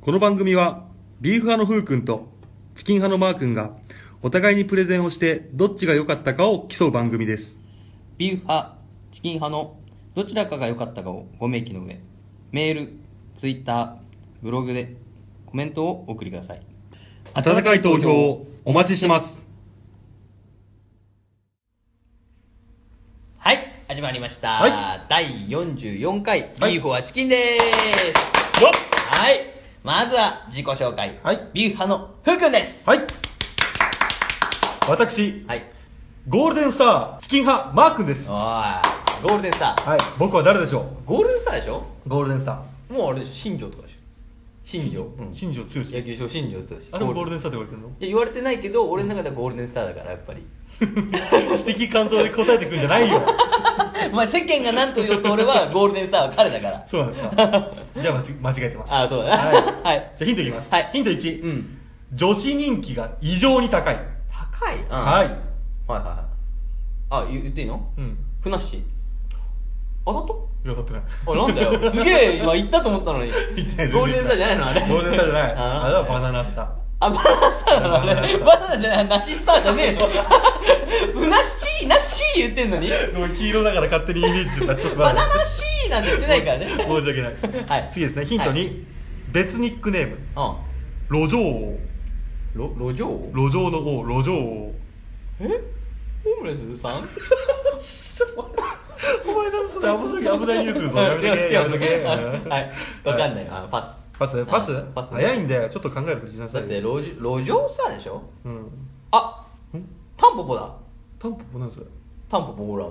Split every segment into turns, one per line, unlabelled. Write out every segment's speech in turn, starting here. この番組は、ビーフ派のふうくんと、チキン派のマーくんが、お互いにプレゼンをして、どっちが良かったかを競う番組です。
ビーフ派、チキン派のどちらかが良かったかをご明記の上、メール、ツイッター、ブログでコメントをお送りください。
温かい投票をお待ちしてます。
はい、始まりました。
はい
第44回、
はい
ビーフはチキンです。
よっ
はい、まずは自己紹介。
はい
ビーフ派のふうくんです。
はい。私、
はい。
ゴールデンスター、チキン派、マーくんです。は
おい、ゴールデンスター。
い。僕は誰でしょ
ゴールデンスターでしょ
うゴールデンスター。
もうあれでしょ、新庄とかでしょ。新庄。うん
新庄剛志
野球場新庄剛志。
あれもゴールデンスターって言われてるの
いや言われてないけど俺の中ではゴールデンスターだからやっぱ り
私 的感想で答えてくんじゃないよ。
まあ世間が何と言おうと俺 はゴールデンスターは彼だから
そうなんですか。じゃあ間違間違えてます。
あそうだ
はい。
はい
じゃあヒントいきます。
はい
ヒント1、
うん
女子人気が異常に高い。
高い、うん
はい
はいはいはいあ言言っていいの
うん。
ふなっしー当たっ
いや、だってない。
たあなんだ よすげえ今言ったと思ったのに
言ってない
ゴールデンスターじゃないのあれ
ゴールデンスターじゃない。
あ
あれはバナナスター。
あ、バナナスターなのあれ。 バナナじゃない、ナシスターじゃ ねえよ。ふなっしー、なっしー言ってんのに。
ごめん黄色だから勝手にイメージしてた。
バナナシーなんて言ってないからね。
申し訳ない。
はい
次ですね、ヒント2、
はい
別ニックネーム。
うん。
路上王。
ろ路上
路上の王、路上王。
えホームレスさん
お前なんかそれ危ない、危ないニュース
違う
だぞ。やめとけ
違う
やめとけ
違うはいわかんないあパス
パスパス
あパス
早いんだよ。ちょっと考えてくれなさ
だ
い
っ
よ。
て路じ路上さでしょ
うん。
あ
ん
タンポポだ
タンポポなんそれ
タンポポほら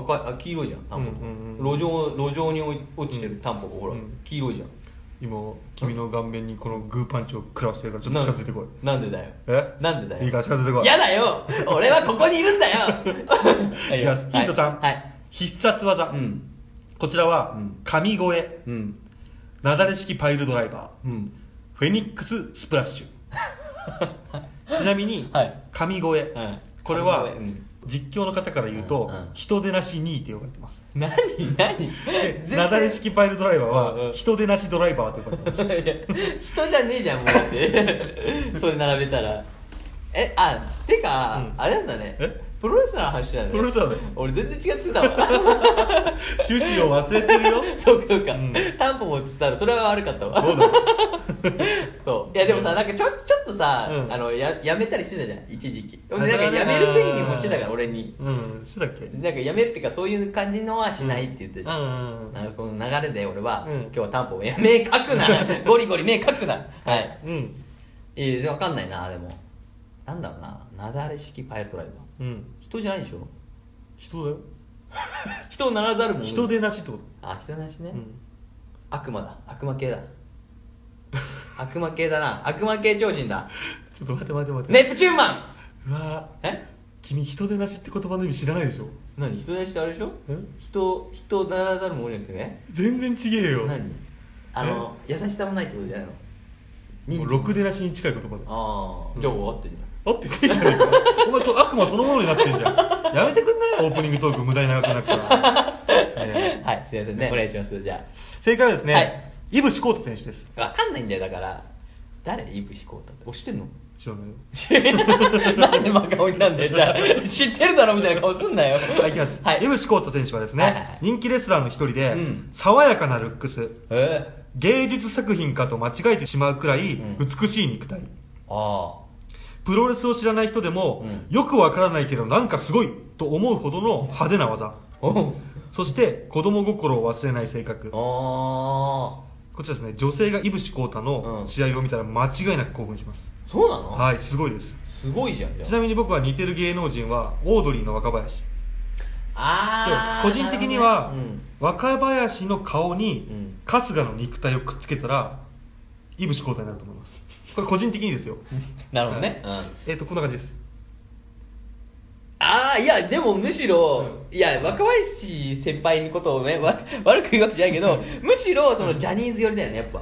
赤いあ黄色いじゃんタンポポ、
うんうんうん
路上路上に落落ちてる
うん
タンポポほら、
うん
黄色いじゃん
今、君の顔面にこのグーパンチを食らわしてるから、ちょっと近づいてこい。
なんでだよ
え
なんでだよ
いいから近づいてこい。
やだよ俺はここにいるんだよ
いきますヒント3、
はい
必殺技、
うん
こちらは、
うん
神声
うん
なだれ式パイルドライバー
うん
フェニックススプラッシ ュちなみに、
はい
神声、
はい
これは、
神声うん
実況の方から言うと、
うんうん
人出なし2位って呼ばれてます
何 何
で
全然
なだれ式パイルドライバー
うんう
は
ん
人出なしドライバーと呼ばれ てます
いや人じゃねえじゃんもうだって それ並べたらえあてか、
うん
あれなんだね
え
プロレスラーの話なんだね
プロレスラーだよ
俺全然違ってたわ
趣旨を忘れてるよ
そうかそうか、
うん
タンポポっつったらそれは悪かったわ
そうだよ
そういやでもさなんかちょちょっとさ、
うん
あのややめたりしてたじゃん一時期
あ
俺なんか
それはね
やめる宣言もしてたから俺に
うんしてたっけ
なんかやめっていうかそういう感じのはしないって言ってたじゃん
うんうん
なんかこの流れで俺は、
うん
今日はタンポポいや目描くな ゴリゴリ目描くなはい
うん
いや分かんないなでもなんだろうななだれ式パイルドライバー
うん
人じゃないでしょ
人だよ
人をならざるも
人出なしってこと
あ人なしね、
うん
悪魔だ悪魔系 だ悪魔系だな悪魔系超人だ
ちょっと待って待って待って
ネプチューンマン
うわぁ
え
君人出なしって言葉の意味知らないでしょ
何人なしってあれでしょ
ん
人人をならざるもじゃなくてね
全然ちげえよ
何あの優しさもないってことじゃないの
もうろくでなしに近い言葉だよ
ああじゃあ終わってんじゃん
あってねえじゃねえ かお前そう悪魔そのものになってんじゃんやめてくんないオープニングトーク無駄に長くなるからね
はい、すみませんね。お願いします。じゃ
正解はですね、
はい
イブシコート選手です
あ。わかんないんだよ、だから。誰イブシコータって。押して んの
知らないよ
なんで真顔になんだよ。じゃあ、知ってるだろみたいな顔すんなよ。
はい、いきます。
はい。
イブシコート選手はですね、
はいはいはい
人気レスラーの一人で、
うん
爽やかなルックス、
え
芸術作品かと間違えてしまうくらい
うん
美しい肉体。
ー、あ
プロレスを知らない人でも、
うん
よくわからないけどなんかすごいと思うほどの派手な技
あ。お
そして子供心を忘れない性格こ
あ
ちらですね女性が井伏浩太の
うん
試合を見たら間違いなく興奮します、
ー。そうなのい。
はいすごいです
すごいじゃん、じゃあ
ちなみに僕は似てる芸能人はオードリーの若林で
あー。
個人的には、
なるほどね
若林の顔
う
に
ん
春日の肉体をくっつけたら井伏浩太になると思いますこれ個人的に ですよ
なるほどねうん
えっ、とこんな感じです
ああ、いや、でもむしろ、いや、若林先輩のことをね、わ 悪く言うわけじゃないけど、むしろ、その、ジャニーズ寄りだよね、やっぱ。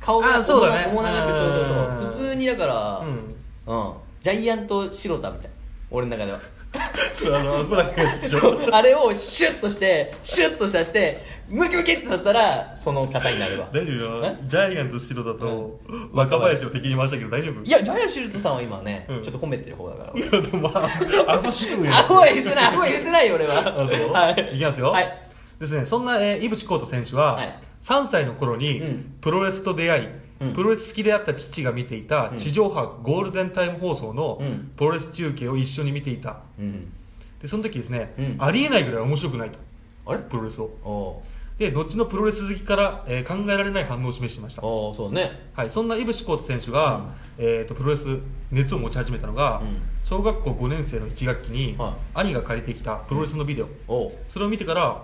顔
あー
が、
そうだね
面長く、そうそう
うん
そう。普通にだから、
うん
うん。ジャイアント白田みたい。俺の中では。
そうあのあんこだけのやつでしょ
そう あれをシュッとしてシュッとさせてムキムキってさせたらその方になるわ
大丈夫よ
え
ジャイアンツ白だと
うん
若林を敵に回したけど大丈夫
いやジャイアンシュルトさんは今ね、
うん
ちょっと褒めてる方だか
い
ら
や でも まああんこ白や
アホは入れてないアホは入れてないよ俺は
あそう
はい
いきますよ、
はい
ですねそんな、えー、井淵浩人選手は、
はい
3歳の頃に
うん
プロレスと出会い、
うん
プロレス好きであった父が見ていた
うん
地上波ゴールデンタイム放送の
うん
プロレス中継を一緒に見ていた
うん
でその時ですね、
うん
ありえないぐらい面白くないと
あれ
プロレスを
お
で後のプロレス好きから、えー考えられない反応を示していました
ーおーそうね
はい、そんな井淵浩人選手が、えー、とプロレス熱を持ち始めたのが、
うん
小学校5年生の1学期に、
は
兄が借りてきたプロレスのビデオ、
おう
それを見てから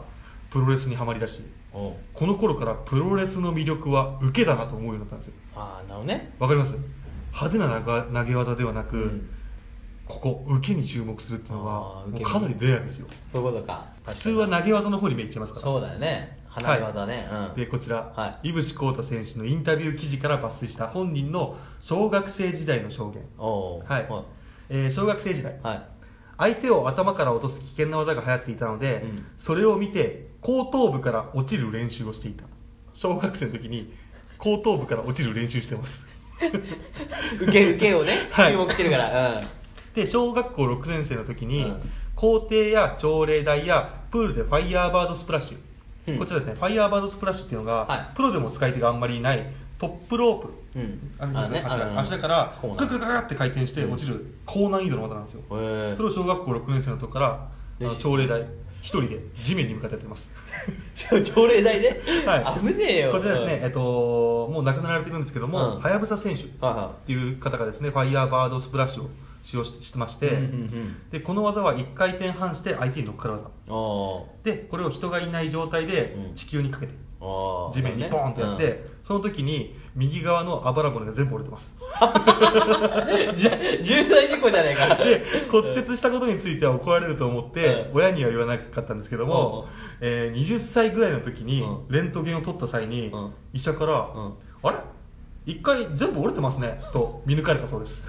プロレスにはまりだし
おう
この頃からプロレスの魅力は受けだなと思うようになったんですよ
ああなるほどね
わかります派手な投げ投げ技ではなく、
うん
ここ受けに注目するっていうの
あ
は
ー受
もう
け
かなりレアですよ
そういうことか
普通は投げ技の方に目いっちゃいますから
そうだよね離れ技ね、
はい
うん
でこちら、
は
井淵浩太選手のインタビュー記事から抜粋した本人の小学生時代の証言、
おう
はいえー小学生時代、
はい
相手を頭から落とす危険な技が流行っていたので、
うん
それを見て後頭部から落ちる練習をしていた小学生の時に後頭部から落ちる練習してます
受け受けをね、
はい
注目してるから、うん、
で小学校6年生の時に、
うん
校庭や朝礼台やプールでファイヤーバードスプラッシュ、
うん
こちらですねファイヤーバードスプラッシュっていうのが、
はい
プロでも使い手があんまりいないトップロープ
うん
ありますね
あの
柱
ね
柱から
コーナー
くるくるくるって回転して落ちる高難易度の技なんですよ、
へえ
それを小学校6年生の時からあ
練
の
習して
朝礼台一人で地面に向かってやってます
朝礼台で、
はい
危ねえよ
こちらですね、
うん
えっと、もう亡くなられてるんですけど
う
も
ん
はやぶさ選手っ
はいは
ていう方がですねファイヤーバードスプラッシュを使用ししてまし
い
て、
うんうん
でこの技は1回転半して相手に乗っかる技
うんお
でこれを人がいない状態で
うん
地球にかけて、
ーおー
地面にポーンってやって、その時に右側のあばら骨が全部折れてます
うんじゃ重大事故じゃねえ か
で骨折したことについては怒られると思って、
うん
親には言わなかったんですけども、えー20歳ぐらいの時に
うん
レントゲンを取った際に、
うん
医者から「
うん
あれ一回全部折れてますね」と見抜かれたそうです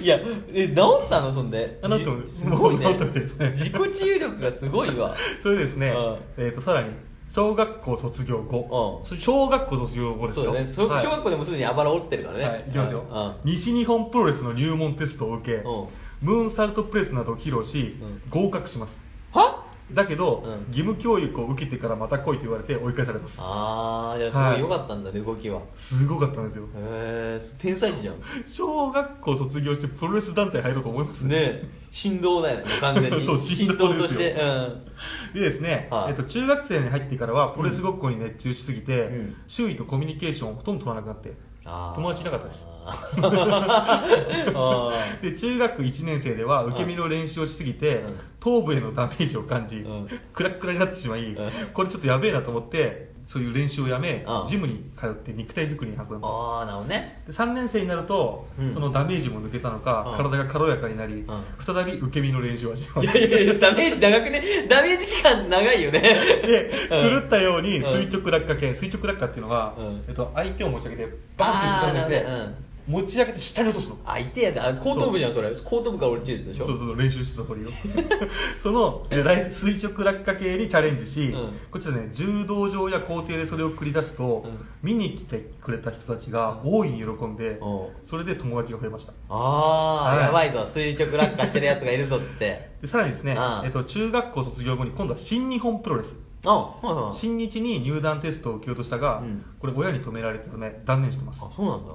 いやえ治ったのそんで
あ治ったの
じすごいね
もう治ったみたいですね
自己治癒力がすごいわ
それでですね、
う
えー、とさらに小学校卒業後、
うん
それ小学校卒業後です
そう
よ
だねそ
はい
小学校でもすでにあばら折ってるからね、
はい、いきますよ、
う
西日本プロレスの入門テストを受け、
うん
ムーンサルトプレスなどを披露し、
うん
合格します
んは
だけど、
うん
義務教育を受けてからまた来いと言われて追い返されます
ああじゃあす
は
ご
い
い良かったんだね、動きは
すごかったんですよ
へえ天才児じゃん
小学校卒業してプロレス団体入ろうと思います
ねえ振動だよね完全 に
そう振動で
と
す
し
よ
てうん
でですね、
はい
えっと、中学生に入ってからはプロレスごっこに熱中しすぎて、
うん
周囲とコミュニケーションをほとんど取らなくなって
あー
友達いなかったです
あーあー
で中学1年生では受け身の練習をしすぎて、
うん
頭部へのダメージを感じ、
うん
クラックラになってしまい、
うん
これちょっとやべえなと思ってそういう練習をやめ、
うん
ジムに通って肉体作りに運んだ
あーなるほどね
で3年生になると、
うん
そのダメージも抜けたのか、
うん
体が軽やかになり、
ん
再び受け身の練習を始めま
い
す
やいやいやダメージ長くねダメージ期間長いよね
で、
うん
狂ったように
うん
垂直落下系、垂直落下っていうのは、
うん
えっと、相手を持ち上げてバンって下に上げて、
あーなるほどね
持ち上げて下に落とすの
あ痛いやつあ後頭部じゃんそれ後頭部から落ちるやつでしょ
そうそう練習してた堀を そのえーライス垂直落下系にチャレンジし、
うん
こっちらね柔道場や校庭でそれを繰り出すと、
うん
見に来てくれた人たちが大いに喜んで、
おう
それで友達が増えました
ああ、
はい
やばいぞ垂直落下してるやつがいるぞっつって
でさらにですね、
うん
えっと、中学校卒業後に今度は新日本プロレス
あはいはい
新日に入団テストを受けようとしたが、
うん
これ親に止められたため断念してます
あそうなんだ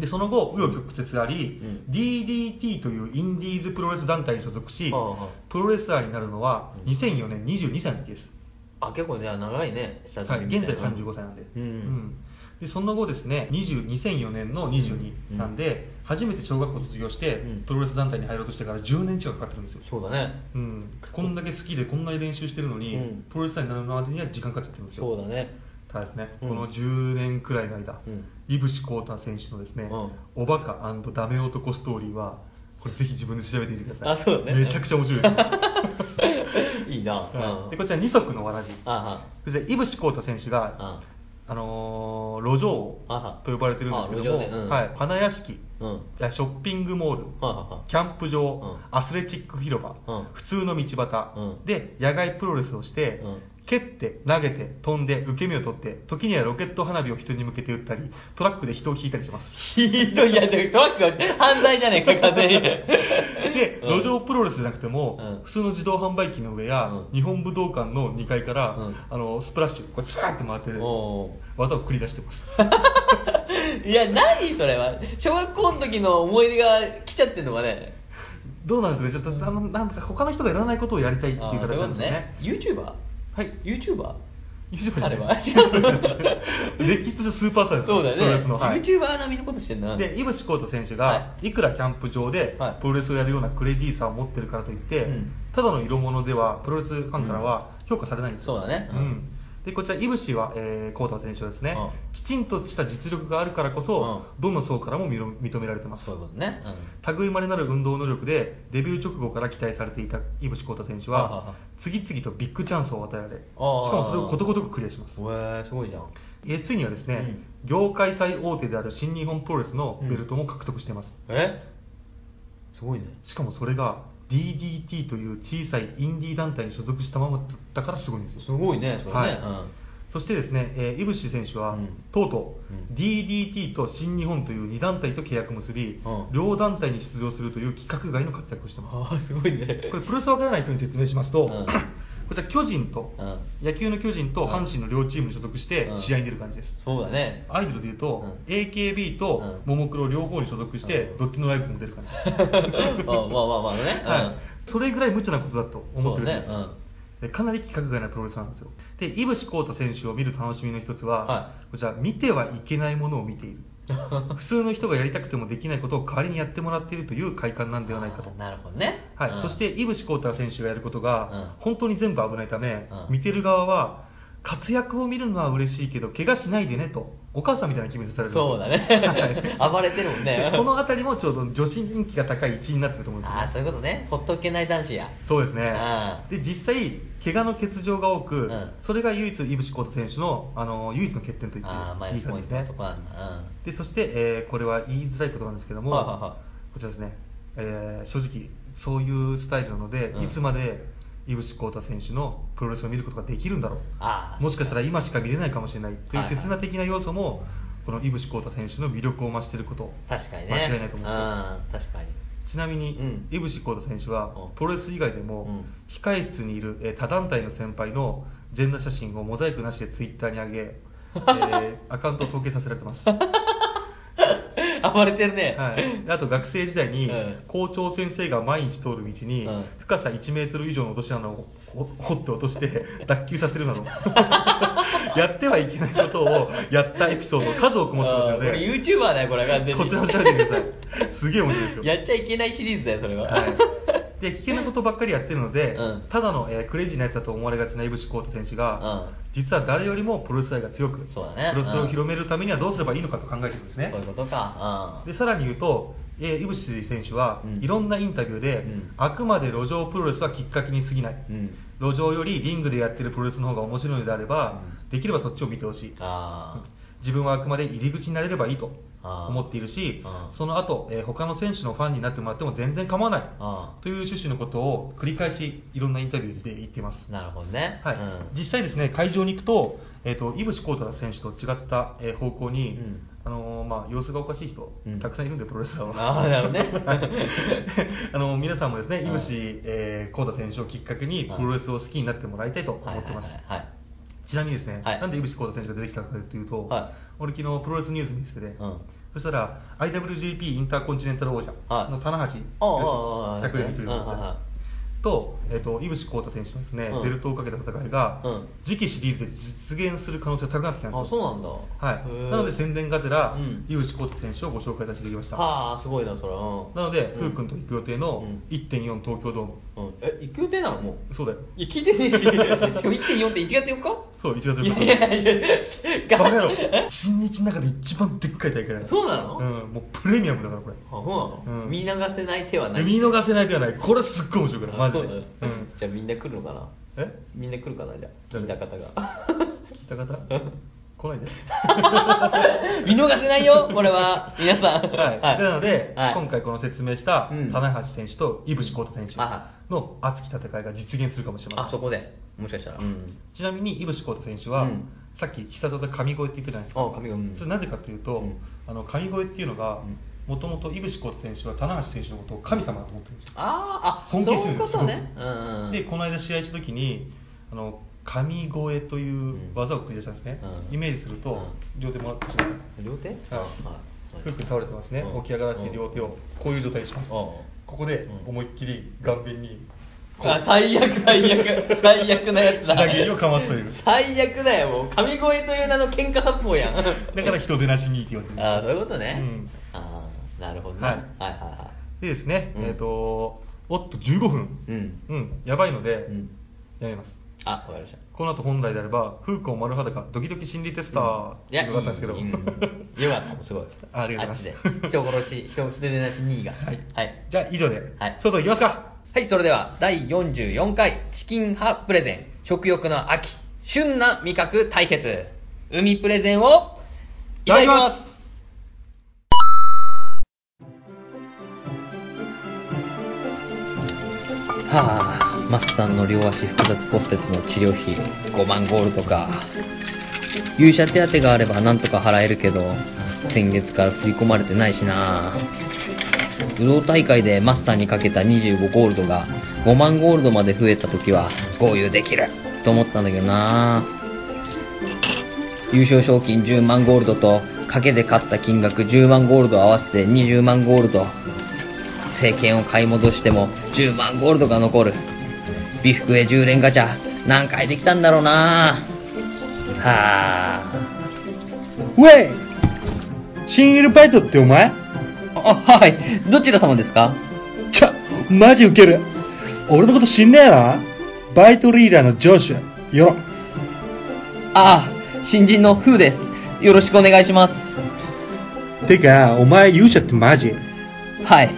でその後紆余曲折あり、
うん
DDT というインディーズプロレス団体に所属し、
はあはあ
プロレスラーになるのは
うん
2004年22歳の時です、
あ結構ね長いね下
はい、
積み
現
みた
在
いな
35歳なんで,、
うん
でその後ですね20 2004年の
う
22
ん
さんで、初めて小学校卒業して、
うん
プロレス団体に入ろうとしてから10年近くかかってるんですよ、
そうだね
うん、こんだけ好きでこんなに練習してるのに、
うん
プロレスラーになるまでには時間かかっちゃってるんですよ
そうだ ね
ただですね、
うん
この10年くらいの間、
うん
井淵浩太選手のですね、
うん
おバカダメ男ストーリーは、これぜひ自分で調べてみてください。
あそうだね
めちゃくちゃ面白いですよ。
いいな、
は
う
い
ん
でこちら二足のわらじ。
あは
で井淵浩太選手が、あのー路上王
あは
と呼ばれてるんですけども、
あ路上ねうん
はい、花屋敷、
うんはい
いやショッピングモール、
は
キャンプ場、
う
アスレチック広場、
うん
普通の道端、
うん
で野外プロレスをして、
うん
蹴って投げて飛んで受け身を取って時にはロケット花火を人に向けて打ったりトラックで人を引いたりしま す
ひどいやつトラックが犯罪じゃねえか完全に
で
うん
路上プロレスじゃなくても、
うん
普通の自動販売機の上や、
うん
日本武道館の2階から、
うん
あのスプラッシュこうザーって回って
おー
技を繰り出してます
いや何それは小学校の時の思い出が来ちゃってんのかね
どうなんですかねちょっとあのなんか他の人がやらないことをやりたいっていう
あー
形
そういう
な
こ
ん
と
ですよね
ね YouTuber?
はい
YouTuber?
20分じゃないです
彼は
歴史上スーパースターです
そうだよ
プロレ
ね
スの、はい、
YouTuber 並みのことしてんだな
で井口浩太選手
は
がいくらキャンプ場で
はい
プロレスをやるようなクレイジーさを持ってるからといって、
うん
ただの色物ではプロレスファンからは評価されないんですよ、
そうだね
う
うんん
でこちら井口は、えー、浩太選手はですね、
うん
きちんとした実力があるからこそ、どの層からも見ろ認められてます
そういうことね、うん
類いまれなる運動能力でデビュー直後から期待されていた井口浩太選手
はあは
は
あ
次々とビッグチャンスを与えられしか
ああ
もそれをことごとくクリアします
へえすごいじゃん
えーついにはですね、業界最大手である新日本プロレスのベルトも獲得しています、
えすごいね
しかもそれが DDT という小さいインディー団体に所属したままだったからすごいんですよ
すごいねそれね、
はい
うん
そしてですね、えー、井口選手は、
うん
とうとう
うん
DDT と新日本という2団体と契約を結び、
うん
両団体に出場するという規格外の活躍をしてます
ああすごいね
これプロレスわからない人に説明しますと、
うん
こちら巨人と、
うん
野球の巨人と阪神の両チームに所属して
うん
試合に出る感じです、
そう だね
アイドルでいうと、
う
AKB と
うん
ももクロ両方に所属して、
うん
どっちのライブにも出る感じです
あまあまあまあね、
はい、それぐらい無茶なことだと思ってるんです
そうだね
でかなり規格外なプロレスなんですよで井伏浩太選手を見る楽しみの一つは、
は
こちら見てはいけないものを見 ている普通の人がやりたくてもできないことを代わりにやってもらっているという快感なんではないかと
あーなるほどね
はい
うん
そして井伏浩太選手がやることが、
うん
本当に全部危ないため、
うん
見てる側は活躍を見るのは嬉しいけど怪我しないでねとお母さんみたいな気分にされるんですよ
そうだね暴れてるもんね
でこの辺りもちょうど女子人気が高い一因になってると思うんですよ
ああそういうことねほっとけない男子や
そうですね
ああ
で実際、怪我の欠場が多く、
うん
それが唯一、井渕浩太選手のあの唯一の欠点と言
ああ
っ
マ
てい
イ
い
ナス
感
ポイ
じ
ン
です
トは
ね
そこなんだうん
でそして、えーこれは言いづらいことなんですけども、
はいはいは
こちらですね、えー正直、そういうスタイルなので、
うん
いつまで井渕浩太選手のプロレスを見ることができるんだろう、
ああ
もしかしたら今しか見れないかもしれないという
はいはい
刹那的な要素も、この井渕浩太選手の魅力を増していること、
確かにね
間違いないと思うんですよ
ああ確かに
ちなみに、
うん
井渕浩太選手は
うん
プロレス以外でも、
うん
控室にいる、えー他団体の先輩のジェンダー写真をモザイクなしでツイッターに 上げ、えーアカウントを統計させられてます、は
暴れてるね、
い、であと学生時代に、
うん
校長先生が毎日通る道に、
うん
深さ1メートル以上の落とし穴をほ 掘って落と して脱臼させるなど やってはいけないことをやったエピソードを数多く持ってますの
あーこれ
で
YouTuber だよこれ完全に
こちらを調べてくださいすげえ面白いですよ
やっちゃいけないシリーズだよそれは、
はい、で危険なことばっかりやってるので、
うん
ただの、えークレイジーなやつだと思われがちな井渕浩太選手が、
うん
実は誰よりもプロレス愛が強く
そうだね
プロレスを
うん
広めるためにはどうすればいいのかと考えてるんですね
そういうことか
でさらに言うと、えー井渕選手は、
うん
いろんなインタビューで、
うん
あくまで路上プロレスはきっかけに過ぎない、
うん、うん、
路上よりリングでやってるプロレスの方が面白いのであれば、
うん
できればそっちを見てほしい
あ
自分はあくまで入り口になれればいいと
あー
思っているし
あ、ー
その後、えー他の選手のファンになってもらっても全然構わない
あ
という趣旨のことを繰り返しいろんなインタビューで言っています。
あなるほどね
はい
うん
実際ですね、会場に行くと、えっ、と、井渕浩太選手と違った、えー方向に、
うん
あのーまあ、様子がおかしい人、
うん
たくさんいるんで、プロレスラーは。
ああなるほどね
あのー皆さんもですね、井
はい
渕、えー、浩太選手をきっかけに、
はい
プロレスを好きになってもらいたいと思
はい
っ
は
て
い
ま
は
す。
いはい
ちなみにですね、
はい
なんで井口浩太選手が出てきたかというと、
はい
俺昨日プロレスニュース見せてて、
うん
そしたら IWGP インターコンチネンタル王者
はい
の棚橋
ああああああ
100年に来るんですよ
はいはいはい
と,、えっと井口浩太選手のですね、
うん
ベルトをかけた戦いが、
うん
次期シリーズで実現する可能性が高くなってきたんですよ
あそうなんだ
はい、
へえ
なので宣伝がてら、
うん
井口浩太選手をご紹介させていただきました
はあすごいなそれうん
なので、ふ
う
うんくんと行く予定の
うん
1.4東京ドーム、
うんえ行く予定なのもう
そうだよ
いや聞いてねえし今日1.4って1月4日
そう1月
い
4日
やいやいや
バカ野
が
郎新日の中で一番でっかい大会だよ
そうなの
うん、もうプレミアムだからこれ
あそうなの、
うん
見逃せない手はない
見逃せないではないこれすっごい面白いからマジで
あそうだよ
うん
じゃあみんな来るのかな
え
みんな来るかなじゃあ聞いた方が
聞い た方来来ないです。
見逃せないよ、これは。皆さん。
はい、なので、
はい
今回この説明した
うん
棚橋選手と井淵浩太選手
は
の熱き戦いが実現するかもしれま
あ
せ
そ
ん。
こで、もしかしたら。うん。
ちなみに井淵浩太選手は、
うん
さっき必殺技神声って言ったじゃないですか。
あ神声うん
それなぜかというと、
うん
あの神声っていうのが
うん、
もともと井淵浩太選手は棚橋選手のことを神様だと思ってるんですよ。
あーあ、
尊敬してるん
そ
で
ういう
す
ことね。
す
う
ご
ん
く
うんうん。
でこの間試合した時にあの神声という技を繰り出したんですね、
うん
イメージすると、
う
両手もあっちに
両手
はいフックに倒れてますね、起き上がらせて両手をこういう状態にします、
うん
ここで思いっきり顔面に
手あ最悪最悪最悪なやつだ
膝蹴りをかますという
最悪だよもう神声という名の喧嘩殺法やんあ
だから人出なしにって言われてるん
あそういうことね、
うん
ああなるほどね、
はい
はいはいは
でですね、
うん
えっ、とおっと15分
いうん
うんやばいので、
うん
やめます
あわかりました
この後本来であれば「風光丸裸ドキドキ心理テスター」
いや、
よかったんですけど、
い いうんよかった、すごい。
ありがとうございます
あっちで人殺し、人、人でなし2位が。
はい
はい。
じゃあ以上で、
はい
そろそろいきますか
はい、それでは、第44回チキン派プレゼン、食欲の秋、旬な味覚対決、海プレゼンを、いただきますはあ、マスさんの両足複雑骨折の治療費5万ゴールドか勇者手当があればなんとか払えるけど先月から振り込まれてないしな武道大会でマスさんにかけた25ゴールドが5万ゴールドまで増えた時は合流できると思ったんだけどな優勝賞金10万ゴールドと賭けで勝った金額10万ゴールド合わせて20万ゴールド政権を買い戻しても10万ゴールドが残る美福へ10連ガチャ何回できたんだろうなはあ
ウェイ新エルパイトってお前
あはいどちら様ですか
ちゃ、マジウケる。俺のこと知んねえな。バイトリーダーの上司、よろ。
ああ新人のフーですよろしくお願いします
てか、お前勇者ってマジ
はい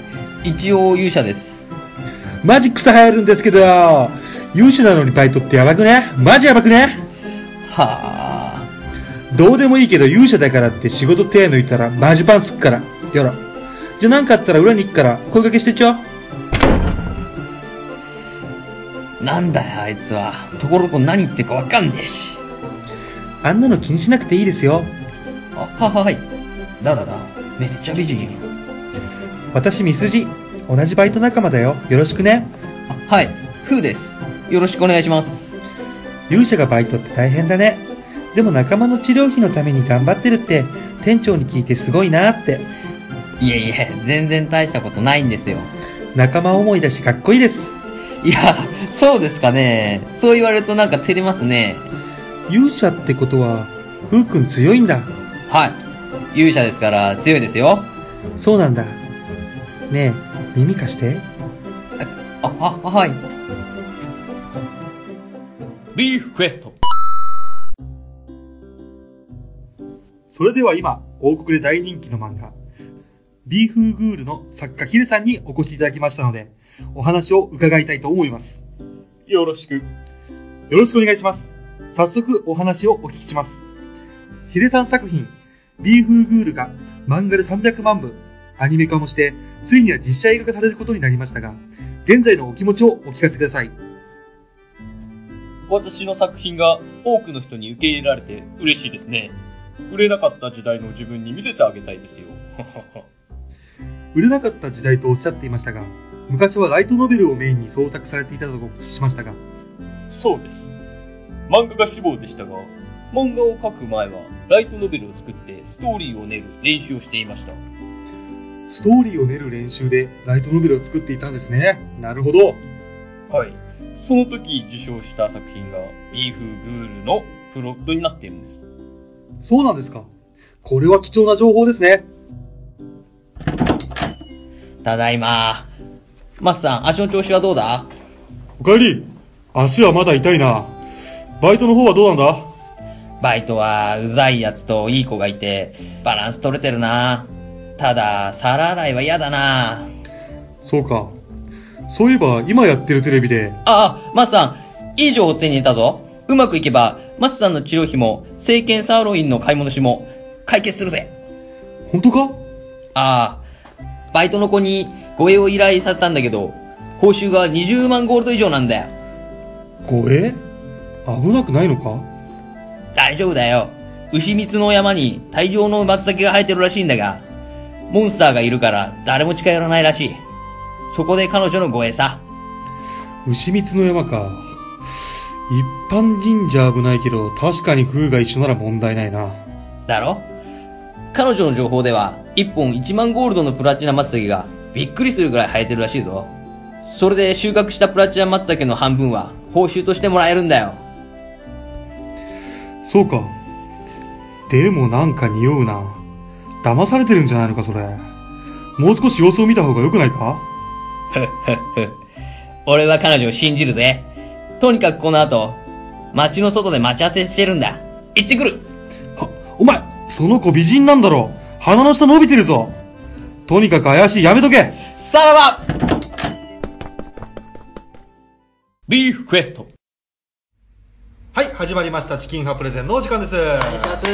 一応勇者です
マジ草生えるんですけど、勇者なのにバイトってやばくねマジやばくね
はあ
どうでもいいけど勇者だからって仕事手抜いたらマジパンすっから、よろ。じゃあ何かあったら裏に行くから声かけしてちょう。
なんだよあいつはところどころ何言ってるかわかんねえし
あんなの気にしなくていいですよ。
あはははい誰だめっちゃ美人やん
私、ミスジ。同じバイト仲間だよ。よろしくね。
あはいフーですよろしくお願いします
勇者がバイトって大変だねでも仲間の治療費のために頑張ってるって店長に聞いてすごいなって
いえいえ全然大したことないんですよ
仲間思いだしかっこいいです
いやそうですかねそう言われるとなんか照れますね
勇者ってことはふうくん強いんだ
はい勇者ですから強いですよ
そうなんだねえ耳貸して
あははいビーフクエスト
それでは今王国で大人気の漫画ビーフーグールの作家ヒデさんにお越しいただきましたのでお話を伺いたいと思います
よろしく。
よろしくお願いします。早速お話をお聞きします。ヒデさん作品、ビーフーグールが漫画で300万部、アニメ化もして、ついには実写映画化されることになりましたが、現在のお気持ちをお聞かせください。
私の作品が多くの人に受け入れられて嬉しいですね。売れなかった時代の自分に見せてあげたいですよ。
売れなかった時代とおっしゃっていましたが、昔はライトノベルをメインに創作されていたとお聞きしましたが、
そうです。漫画が志望でしたが、漫画を描く前はライトノベルを作ってストーリーを練る練習をしていました。
ストーリーを練る練習でライトノベルを作っていたんですね。なるほど。
はい。その時受賞した作品がビーフグールのプロットになっているんです。
そうなんですか。これは貴重な情報ですね。
ただいまマスさん足の調子はどうだ
おかえり。足はまだ痛いな。バイトの方はどうなんだ
バイトはうざいやつといい子がいてバランス取れてるなただ皿洗いは嫌だな
そうか。そういえば、今やってるテレビで、
ああマスさんいい情報手に入れたぞうまくいけばマスさんの治療費も聖剣サーロインの買い戻しも解決するぜ。
本当か
ああ、バイトの子に護衛を依頼されたんだけど、報酬が20万ゴールド以上なんだよ。
護衛危なくないのか
大丈夫だよ。牛蜜の山に大量の松茸が生えてるらしいんだが、モンスターがいるから誰も近寄らないらしい。そこで彼女の護衛さ。
牛光の山か。一般神社は危ないけど、確かに風が一緒なら問題ないな。
だろ彼女の情報では、1本1万ゴールドのプラチナ松茸がびっくりするぐらい生えてるらしいぞ。それで収穫したプラチナ松茸の半分は報酬としてもらえるんだよ。
そうか。でもなんか匂うな。騙されてるんじゃないのか、それ。もう少し様子を見た方が良くないか
ふっふっふ。俺は彼女を信じるぜ。とにかくこの後、街の外で待ち合わせしてるんだ。行ってくる
は、お前、その子美人なんだろう。鼻の下伸びてるぞ。とにかく怪しい、やめとけ。
さらば
ビーフクエスト。
はい、始まりました。チキン派プレゼンのお時間です。
お願いします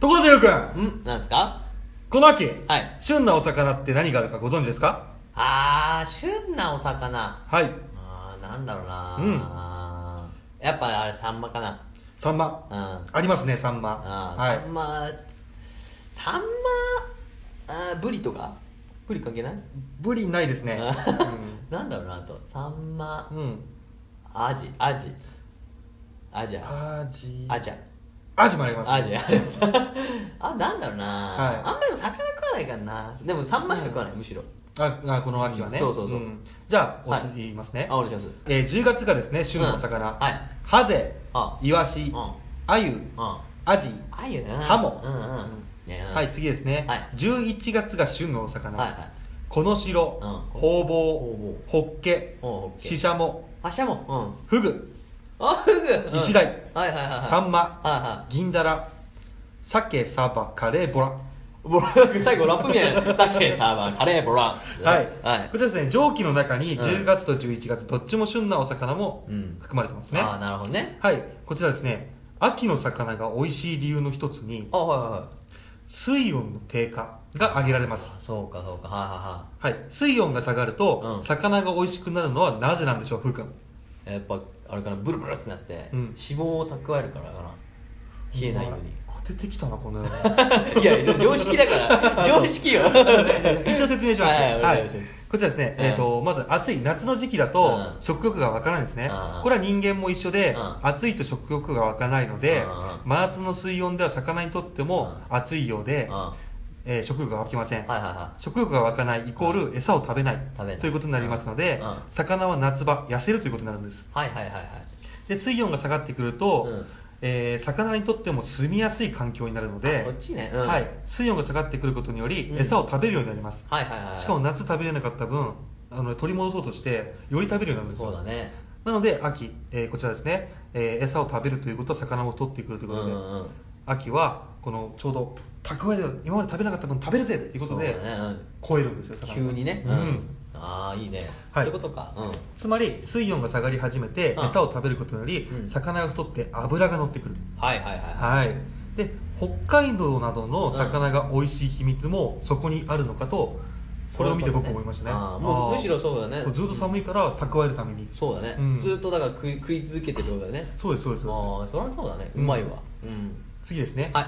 ところでよくん、
んなんですか
この秋、
はい
旬なお魚って何があるかご存知ですか
あー、旬なお魚。
はい、
あー、なんだろうなうん。やっぱあれ、サンマかな。
サンマ。
うん。あ
ありますね、サンマ。
ー、
はい
サ。ンマ、サンマ、あーブリとかブリ関係ない
ブリないですね。
あなんだろうなあとサンマ
うん。うん。
アジアジアジア
アジ。
アジャ
アジもあります、
アジア あなんだろうな、
はい
あんまり魚食わないからなでもサンマしか食わない、むしろ
ああこの秋はね、
そうそうそうん
じゃあおし、
はい
言いますね
あお願いします
えー10月がですね旬のお魚、
うんはい
ハゼ
あ
イワシ
ん
アユ
あ
アジ
あいうな
ハモ、
うんうんね
はい次ですね、
はい
11月が旬のお魚、
はいはい
この白、
うん
ホウボ
ほ
ウホッケ
おうオッケー
シシャモ
あしゃも
フグ
うんあフグうん
イシダイ
はいはいはいはい
サンマ
はいは
銀だら鮭サバカレーボラ
いボラ最後ラップみた いなさっきサーバーカレーボラ
はい、
はい
こちらですね蒸気の中に
うん
10月と11月、どっちも旬なお魚も含まれてますね、
ああなるほどね
はい、こちらですね、秋の魚が美味しい理由の一つに、
あはいはいはい
水温の低下が挙げられます。
そうかそうかはいはいはい
はい、水温が下がると、
うん
魚が美味しくなるのはなぜなんでしょう、ふうくん。
やっぱあれかなブルブルってなって、
うん
脂肪を蓄えるからかな冷えないように
お前当ててきたな、この
いやいや常識だから常識よ
一応説明します
はい
ね。は
はいお願い
い
します、
こちらですね、
うん
えーと、まず暑い夏の時期だと
うん
食欲が湧かないんですね
う。ん
これは人間も一緒で
う、ん
暑いと食欲が湧かないので
う、ん
真夏の水温では魚にとっても暑いようで
うん、は
えー食欲が湧きません
い。はいは
食欲が湧かないイコール餌を食べない
食べない
ということになりますので、
うんうん
魚は夏場痩せるということになるんです
いはいはいはいはい
で水温が下がってくると、
うん
えー魚にとっても住みやすい環境になるので
あそっちねうん
はい、水温が下がってくることにより
うん
餌を食べるようになります、
はいはいはい
しかも夏食べれなかった分あの取り戻そうとしてより食べるようになるんです
そ
よ
うだね
なので秋、えーこちらですね、えー餌を食べるということは魚も取ってくるということで、
うんうんうん
秋はこのちょうど蓄えで今まで食べなかった分食べるぜということで、
そうだねうん
超えるんですよ魚が
急にね
うん
ああいいね、
はい
そういうことかうん
つまり水温が下がり始めて
うん
餌を食べることにより
うん
魚が太って脂が乗ってくる、
はいはいはいはい
はいで北海道などの魚が美味しい秘密もそこにあるのかとこれを見て僕思いましたね
そういうことねあーもう
あー
むしろそうだね
こずっと寒いから蓄えるために
そうだね、
うん
ずっとだから食い食い続けてるわけだよね
そうですそうです
あ
そう
あ
です
そりゃそうだね、う
うん
まいわうん
次ですね、
はい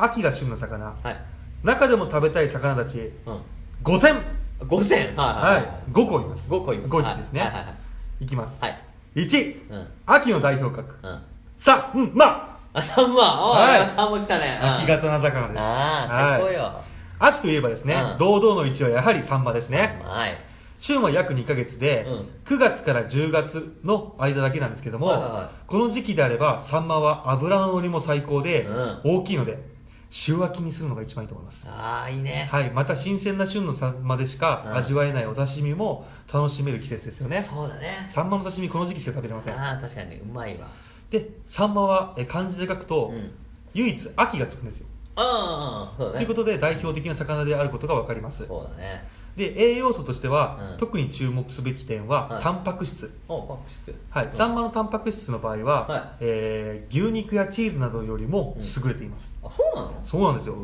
秋が旬の魚、
はい
中でも食べたい魚たち
うん
5000
5000はいはいはい
5個います
5個います
5匹ですね、
はいはいはい
いきます、
はい
1、
うん
秋の代表格、
うん
さんま
あサンマお
はい
いサンマ来たねうん
秋型な魚です
ああ
はい
最高よ
秋といえばですね、
うん
堂々の位置はやはりサンマですね
はい
旬は約2ヶ月で、
うん
9月から10月の間だけなんですけども、
はいはいは
この時期であればサンマは脂の乗りも最高で、
うん
大きいので週明けにするのが一番いいと思います
ああいいね
はい、また新鮮な旬のサンマでし
う
か
ん
味わえないお刺身も楽しめる季節ですよね、
そうだね
サンマの刺身この時期しか食べれません
ああ確かにうまいわ
でサンマはえ漢字で書くと、
うん
唯一秋がつくんですよ
ああそうだ
と
ね
いうことで代表的な魚であることが分かります
そうだね
で栄養素としては、
うん
特に注目すべき点は、
はい
タンパク質
おパク質
はい、
うん
サンマのタンパク質の場合は、
はい
えー牛肉やチーズなどよりも
うん
優れています、
あそうなの
そうなんですよ
へえ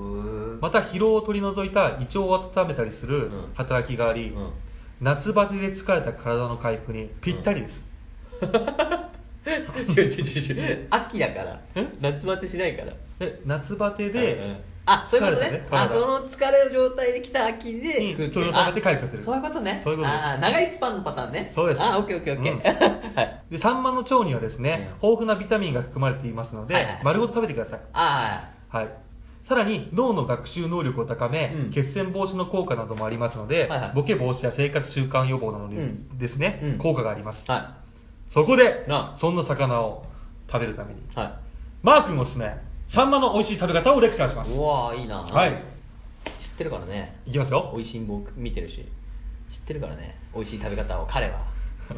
また疲労を取り除いた胃腸を温めたりす
う
る
ん
働きがあり、
うん
夏バテで疲れた体の回復にぴったりです、
違う違う違う違う秋だから
え
夏バテしないから
で夏バテで、
うんうん
あそういうこと
疲れた
ね
ね体
あその疲れの状態で来た秋
うん
で食う
それを食べて回復させる
あそういうことね
そういうことです
あー長いスパンのパターンね
そうです
あオッケーオッケーオッケー、
うん
はい
でサンマの腸にはですね、
う
豊
ん
富なビタミンが含まれていますので、
はいはい
丸ごと食べてください、
あ
はい、さらに脳の学習能力を高め、
うん
血栓防止の効果などもありますので、
はいはい
ボケ防止や生活習慣予防などにですね、
うん
効果があります、
あは
そこで
なあ
そんな魚を食べるために
いは
マー君おすすめサンマの美味しい食べ方をレクチャーします
いうわーいいな
はい
知ってるからね
いきますよ
美味しんぼ見てるし知ってるからね美味しい食べ方を彼は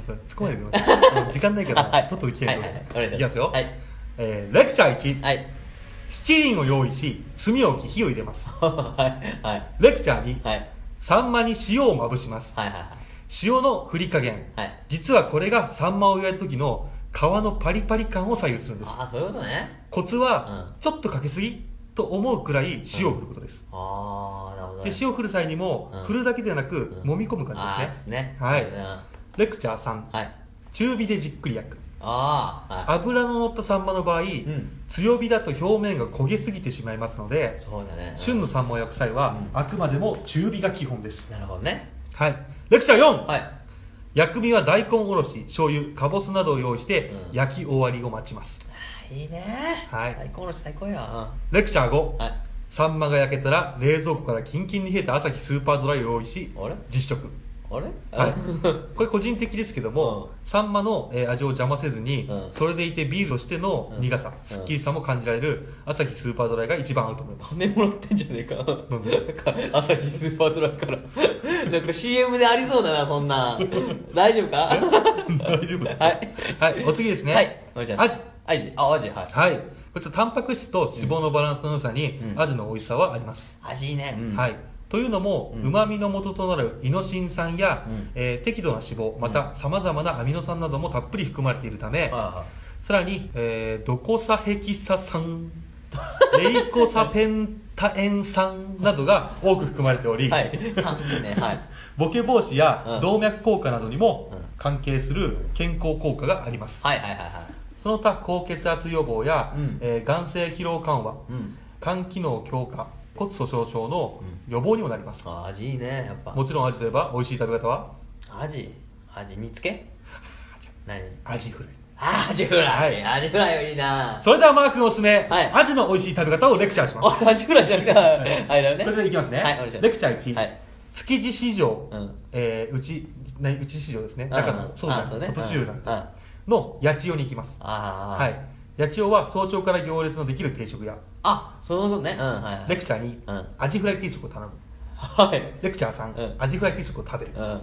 それ突っ込まないでくださいもう時間ないか
は
ら
い
とっとと行きたいと思います、
はいはいはいお願いします
いきますよ、
はい
えーレクチャー1、
はい
七輪を用意し炭を置き火を入れます
はいはい
レクチャー2、
はい
サンマに塩をまぶします、
はいはいはい
塩の振り加減、
はい
実はこれがサンマを焼いた時の皮のパリパリ感を左右するんです
ああそういうことね
コツはちょっとかけすぎと思うくらい塩を振ることです、
ああなるほどね
で塩を振る際にも、
うん
振るだけでなく、
うん
揉み込む感じですね
あーですね
はいレクチャー3、
はい
中火でじっくり焼く
ああはい
油の乗ったサンマの場合、
ん
強火だと表面が焦げすぎてしまいますので
そうだね
旬のサンマを焼く際は、
うん
あくまでも中火が基本です
なるほどね
はいレクチャー4、
はい
薬味は大根おろし醤油かぼすなどを用意して、
うん
焼き終わりを待ちます
あーいいね
はい
最高の最高や
レクチャー5、
はい
サンマが焼けたら冷蔵庫からキンキンに冷えた朝日スーパードライを用意し
あれ
実食
あれ
はい
あ
これ個人的ですけども、
う
サンマのえー味を邪魔せずに、
うん
それでいてビールとしての苦さ、
うん
すっきりさも感じられる朝日スーパードライが一番合うと思います、
金もらってんじゃねえか
なんで
なんか朝日スーパードライから なんか CM でありそうだなそんな大丈夫か
大丈夫
はい
はい、お次ですね
はいおじゃあ
アジ
アジあアジはい
はいこちらタンパク質と脂肪のバランスの良さに、
うん
アジの美味しさはあります、
アジいいねうん
はい、というのも
うん
うま、みの元となるイノシン酸や、
うん
えー適度な脂肪またさまざまなアミノ酸などもたっぷり含まれているため、
はいは
さらに、えードコサヘキサ酸レイコサペンタエン酸などが多く含まれており、
はい3ねはい
ボケ防止
う
や
ん
動脈硬化などにも
うん
関係する健康効果があります、
はいはいはいはい
その他高血圧予防や、
うん
えー眼性疲労緩和、
うん
肝機能強化骨粗鬆症の予防にもなります、
あアジいいねやっぱ
もちろんアジといえば美味しい食べ方は
アジアジ煮つけ何
アジフライ
あアジフライ、
は
アジフライはいいな
それではマー君おすすめ、
はい
アジの美味しい食べ方をレクチャーします
あアジフライじゃなくて はいはいだよね
こちらいきますね、
はいお願いします
レクチャー1、
はい
築地市場、
うん
えーうちなうち市場ですね
うん
中の
うん
外じゃな
あ
い
そうね
外市場じゃなくて
うん
の八千代に行きます
ああ
はい八千代は早朝から行列のできる定食屋
あそういうことねうんはいはい
レクチャー2、
うん
アジフライ定食を頼む
はい
レクチャー3、
うん
アジフライ定食を食べる、
うん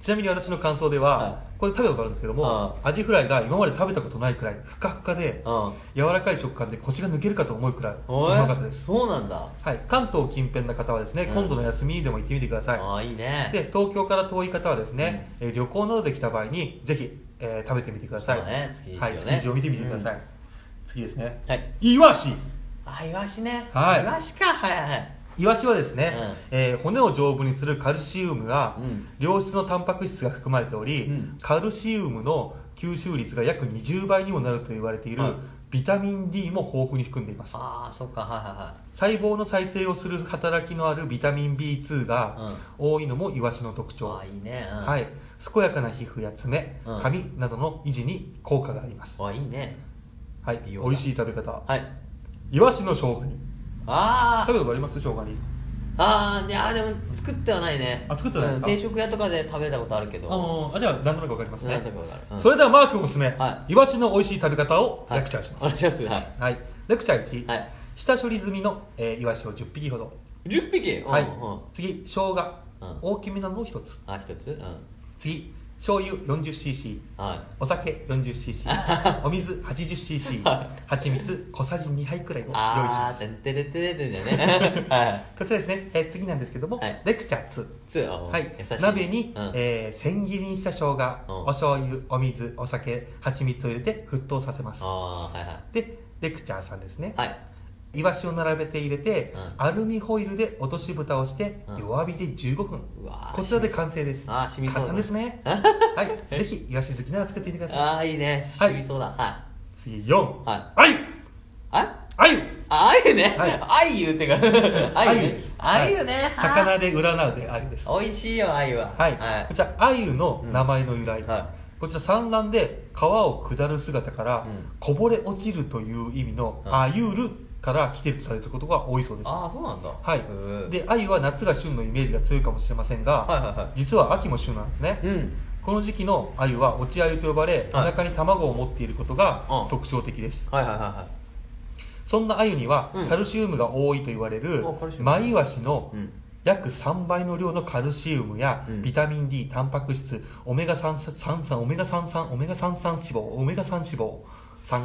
ちなみに私の感想では、
は
これ食べたことあるんですけども、アジフライが今まで食べたことないくらいふかふかで、
うん
柔らかい食感で腰が抜けるかと思うくらいう
おい
まかったです、
そうなんだ
はい、関東近辺の方はですね、
うん
今度の休みにでも行ってみてください
ああいいね
で東京から遠い方はですね、えー旅行などで来た場合にぜひ、えー食べてみてください、
そうね築地をね
はい、築地を見てみてください、
うん
次ですね、
はい
イワシ
あイワシね
はい
イワシかはいはいはい
イワシはですね、
うん
えー骨を丈夫にするカルシウムが、
うん
良質のタンパク質が含まれており、
うん
カルシウムの吸収率が約20倍にもなると言われている、
はい
ビタミン D も豊富に含んでいます
ああそっかはいはいはい
細胞の再生をする働きのあるビタミン B2 が多いのもイワシの特徴、
ああいいねうん
はい、健やかな皮膚や爪、
うん
髪などの維持に効果があります、
ああいいね
はい、
美
美
容だ
味しい食べ方、
はい
イワシの生姜煮
あ
食べ
あ
たことあります生姜煮
ああいやでも作ってはないね
あ作ってはないですか
うん定食屋とかで食べたことあるけど
あのーあじゃあ何となくわかりますね
なんとなくわかるうん
それではマー君おすすめ、
は
イワシの美味しい食べ方を
はい
レクチャーします、
お願いしますはい
はいレクチャー1、
はい
下処理済みの、えーイワシを10匹ほど、
10匹うん
はい
うん
次生姜、
うん
大きめなのを1つ
あ一つうん
次醤油 40cc、
は
お酒 40cc、お水 80cc、蜂蜜小さじ2杯くらいを用意しま
あ
す
ー、。てれてれてれだ ね。はい。
こちらですね、えー次なんですけども、
はい
レクチャー2。
つ
は
はい優し、い
鍋に、
うん
えー千切りにした生姜、
うん
お醤油、お水、お酒、蜂蜜を入れて沸騰させます。
あー、はいはい。
で、レクチャーさんですね。
はい。
イワシを並べて入れて、
うん
アルミホイルで落とし蓋をして、
うん
弱火で15分
うわー
こちらで完成です
あー染みそ
簡
うだ
単です ねはいぜひイワシ好きなら作ってみてください
あー、いいね。し
はい
みそうだ。は
次4
は
はい
い。あ
はい
あゆね。
はい
あゆってか。あゆね。あゆね。はい
魚で占うであゆです
美味しいよ、あゆは。
はい、こちらあゆの名前の由来、
うんはい
こちら産卵で川を下る姿から、
うん
こぼれ落ちるという意味の
うん
あゆるから来てるとされることが多いそうです
ああ、そうなんだ。
はい、
で、
で鮎は夏が旬のイメージが強いかもしれませんが、
はいはいはい
実は秋も旬なんですね、
うん
この時期の鮎は落ち鮎と呼ばれ、
はい
お腹に卵を持っていることが
うん
特徴的です、
はいはいはいは
そんな鮎には
うん
カルシウムが多いと言われる
あカルシウム
マイワシの
うん
約3倍の量のカルシウムや
うん
ビタミン D、タンパク質、オメガ3三三オメガ3三オメガ3三脂肪、オメガ3脂肪、三
い。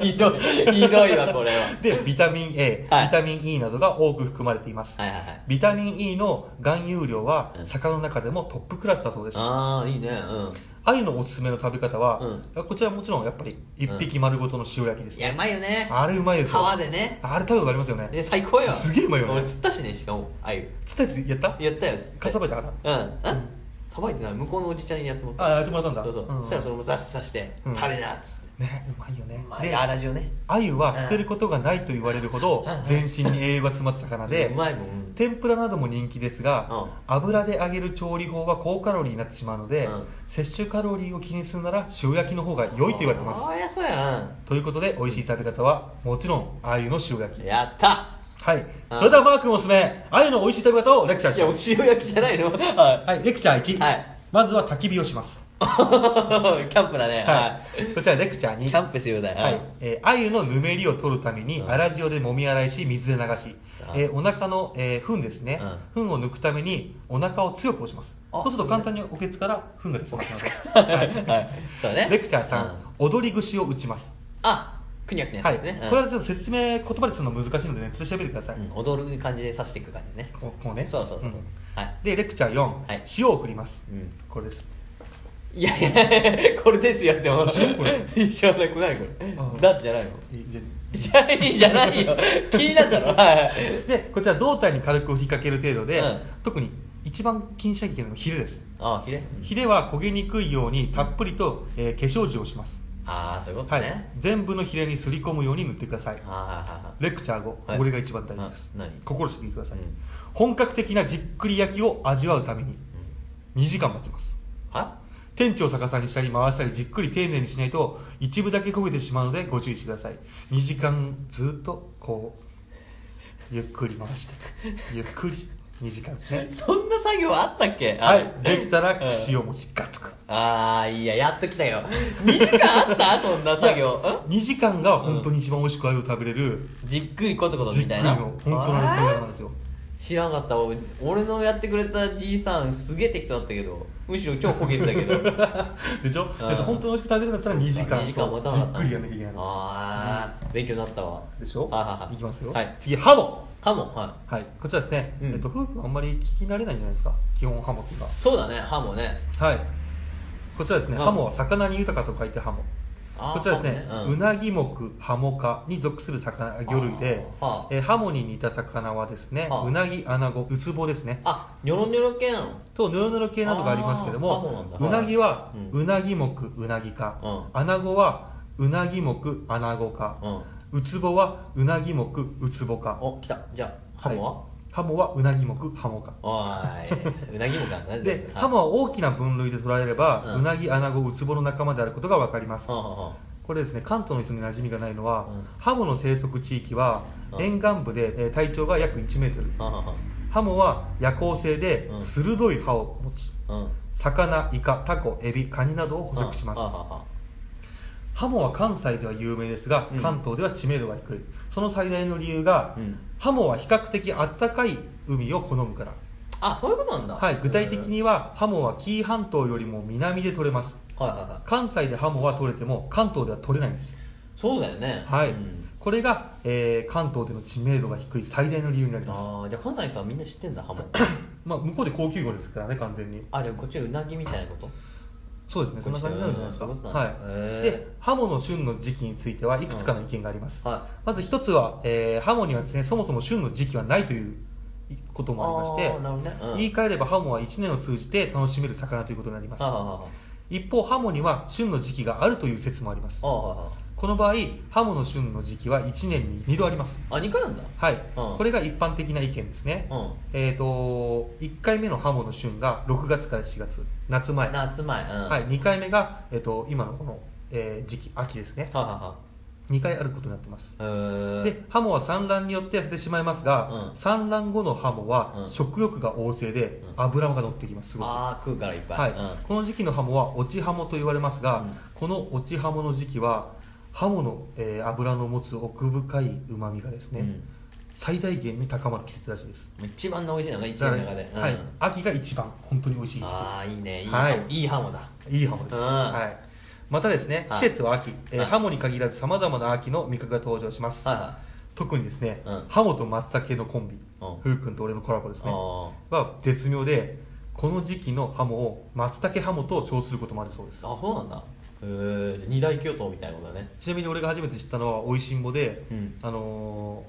ひどい、ひどいわ、これは。
で、ビタミン A、
はい
ビタミン E などが多く含まれています。
はいはいはい
ビタミン E の含有量は
うん
魚の中でもトップクラスだそうです。
ああ、いいね。うん。
アユのおすすめの食べ方は、こちらもちろんやっぱり一匹丸ごとの塩焼きです
いや、う
ね。
まいよね。
あれうまいですよ。
皮でね。
あれ食べたことありますよね。
ね、最高よ。
すげえうまいよね
俺釣ったしね、しかも、あゆ。
つったやつやった
やったよ。
かさばいたか
うん。うんさばいてない、向こうのおじちゃんにやってもらった。
あやってもらったんだ
そうそう。
うん
そしたら、それもザッさして、
うん
食べな、っつっ
ら。
て。
ね、うまいよね
ま。あ、
で、
あらじをね。
アユは捨てることがないと言われるほど
うん
全身に栄養が詰まった魚で、
うんうまいもんうん
天ぷらなども人気ですが、油で揚げる調理法は高カロリーになってしまうので、
うん
摂取カロリーを気にするなら塩焼きの方が良いと言われてます
ああ、やそうや
ということで美味しい食べ方はもちろん鮎の塩焼き
ん。やった
はいそれではマー君おすすめ鮎の美味しい食べ方をレクチャー
い
し
や、お
ます
塩焼きじゃないのは
はいレクチャー1、
はい
まずは焚き火をします
い。キャンプだね。
はいこちらレクチャー
キ
2
ャンプしようだよ。
はいえー鮎のぬめりを取るために
うん
粗塩でもみ洗いし水で流し、
うん
えーお腹の、えー糞ですね、糞を抜くためにお腹を強く押します
あ
そうすると簡単におけつから糞が出てきますので、
はい。 はい。そうね。
レクチャー3、
うん
踊り串を打ちます
あ、くにゃくにゃ。
はい、
ね。うん
これはちょっと説明言葉でするの難しいのでネットで調べてください、
うん踊る感じで刺していく感じね。
こうこうね
そうそうそう。
ん
はい。
でレクチャー4、
はい
塩を振ります、
うん
これです
いやいや、これですよって思う。
知らんこ れ
知らない、これ何こ
うん
れ。だってじゃないの
いい
じゃないじゃないよ。気になっ たろ。はい。
でこちら胴体に軽く引っ掛ける程度で、
うん
特に一番気にしなきゃいけないのがヒレです
あ、ひれ。
ヒレは焦げにくいようにたっぷりと、えー化粧塩をします、
ああ、そういうこと
はい
ね。
全部のヒレにすり込むように塗ってください
あーはいはいはい
レクチャー5、
はい
これが一番大事です
あ何
心して聞いてください、
うん
本格的なじっくり焼きを味わうために2時間待ちます
は
天地を逆さにしたり回したりじっくり丁寧にしないと一部だけ焦げてしまうのでご注意してください2時間ずっとこうゆっくり回してゆっくり2時間ですね
そんな作業あったっけ
はいできたら
うん
串を持ちガツく
ああ、いや、やっと来たよ。2時 間あったそんな作業。ん
2時間が本当に一番美味しく鮎を食べれる
じっくりコトコト
じっ
み
く
た
り
いな。
の本当の食べ方なんですよ
知らんかったわ俺のやってくれたじいさんすげえ適当だったけどむしろ超焦げてたけど
でしょ
うん
だって本当に美味しく食べるんだったら2時間
2時間
そう
もた
じ
な
っ
かった
くりやんなきゃいけないの
ああ勉強になったわ
でしょ
はいはいはい
いきますよ
はい
次ハモ
ハモはい
はいこちらですね
うん
えっと夫婦あんまり聞き慣れないんじゃないですか基本ハモっていうのは
そうだねハモね
はいこちらですね
うん
ハモは魚に豊かと書いてハモ
あー
こちらですね
ハモねうん
うなぎ目ハモ科に属する魚魚類で
あーはあ
えーハモに似た魚はですね
はあ
うなぎアナゴウツボですね
あニョロニョロ系なの
とヌロヌロ系などがありますけど
あーハモ
も
なんだ
うなぎは
うん
うなぎ目うなぎ科
う
アナゴはうなぎ目アナゴ科ウツボはうなぎ目ウツボ科
お来たじゃあハモは、
いハモはうなぎ目ハモ科
おーいうなぎもかな
で、ハモは大きな分類で捉えれば、
うん
うなぎ、アナゴ、ウツボの仲間であることがわかります。
はあはあ
これですね、関東の人に馴染みがないのは、
うん
ハモの生息地域は
うん
沿岸部でえー体長が約1メートル。
はあはあは
ハモは夜行性で
うん
鋭い歯を持ち、
あうん
魚、イカ、タコ、エビ、カニなどを捕食します。
はあはあはあ
ハモは関西では有名ですが
うん、
関東では知名度が低い。その最大の理由が、
うん
ハモは比較的暖かい海を好むから。
ああそういうことなんだ
はい、具体的
へ
にはハモは紀伊半島よりも南で取れます
ーはいはいはい
関西でハモは取れても関東では取れないんです
そうだよね
はい、
うん
これが、えー関東での知名度が低い最大の理由になります
ああじゃあ関西の人はみんな知ってんだ ハモ
まあ、向こうで高級魚ですからね完全に
あでもこっちのうなぎみたいなこと
そうですねそんな感じになるんじゃないですか、
こっちだよねそういうことなんだ
はい、
へー
でハモの旬の時期についてはいくつかの意見があります、
うんはい
まず一つは、えーハモにはですねそもそも旬の時期はないということもありま
あーなるほ
して
どねうん
言い換えればハモは1年を通じて楽しめる魚ということになります、
あああ
一方ハモには旬の時期があるという説もあります
ああ
この場合ハモの旬の時期は1年に2度あります
ああ2回なんだ
はい、
うん
これが一般的な意見ですね、
うん
えっ、と1回目のハモの旬が6月から7月夏前
夏前うん
はい、2回目が、えっと今のこの、えー時期秋ですね、
はいは
2回あることになってます
いはいへ
でハモは産卵によって痩せてしまいますが、
うん
産卵後のハモは
うん
食欲が旺盛で、
うん
脂が乗ってきますすごく
ああ食うからいっぱい
はい
うん
この時期のハモは落ちハモと言われますが、
うん
この落ちハモの時期はハモの、えー脂の持つ奥深いうまみがですね、
うん
最大限に高まる季節らしいです
一番の美味しいのが一年の中で、
だからはい
うん、
秋が一番本当に美味しい時期です
ああいいねいい,、
はい
いいハモだ
いいハモです、
うん
はいまたですね
は
季
い
節は秋、えー
はい
ハモに限らずさまざまな秋の味覚が登場します、
はいは
特にですね、
うん
ハモと松茸のコンビ、
うん
ふうくんと俺のコラボですね
あ
は絶妙でこの時期のハモを松茸ハモと称することもあるそうで
い
す
あそうなんだへえ二大巨頭みたいなことだね
ちなみに俺が初めて知ったのはおいしんぼで、
うん
あの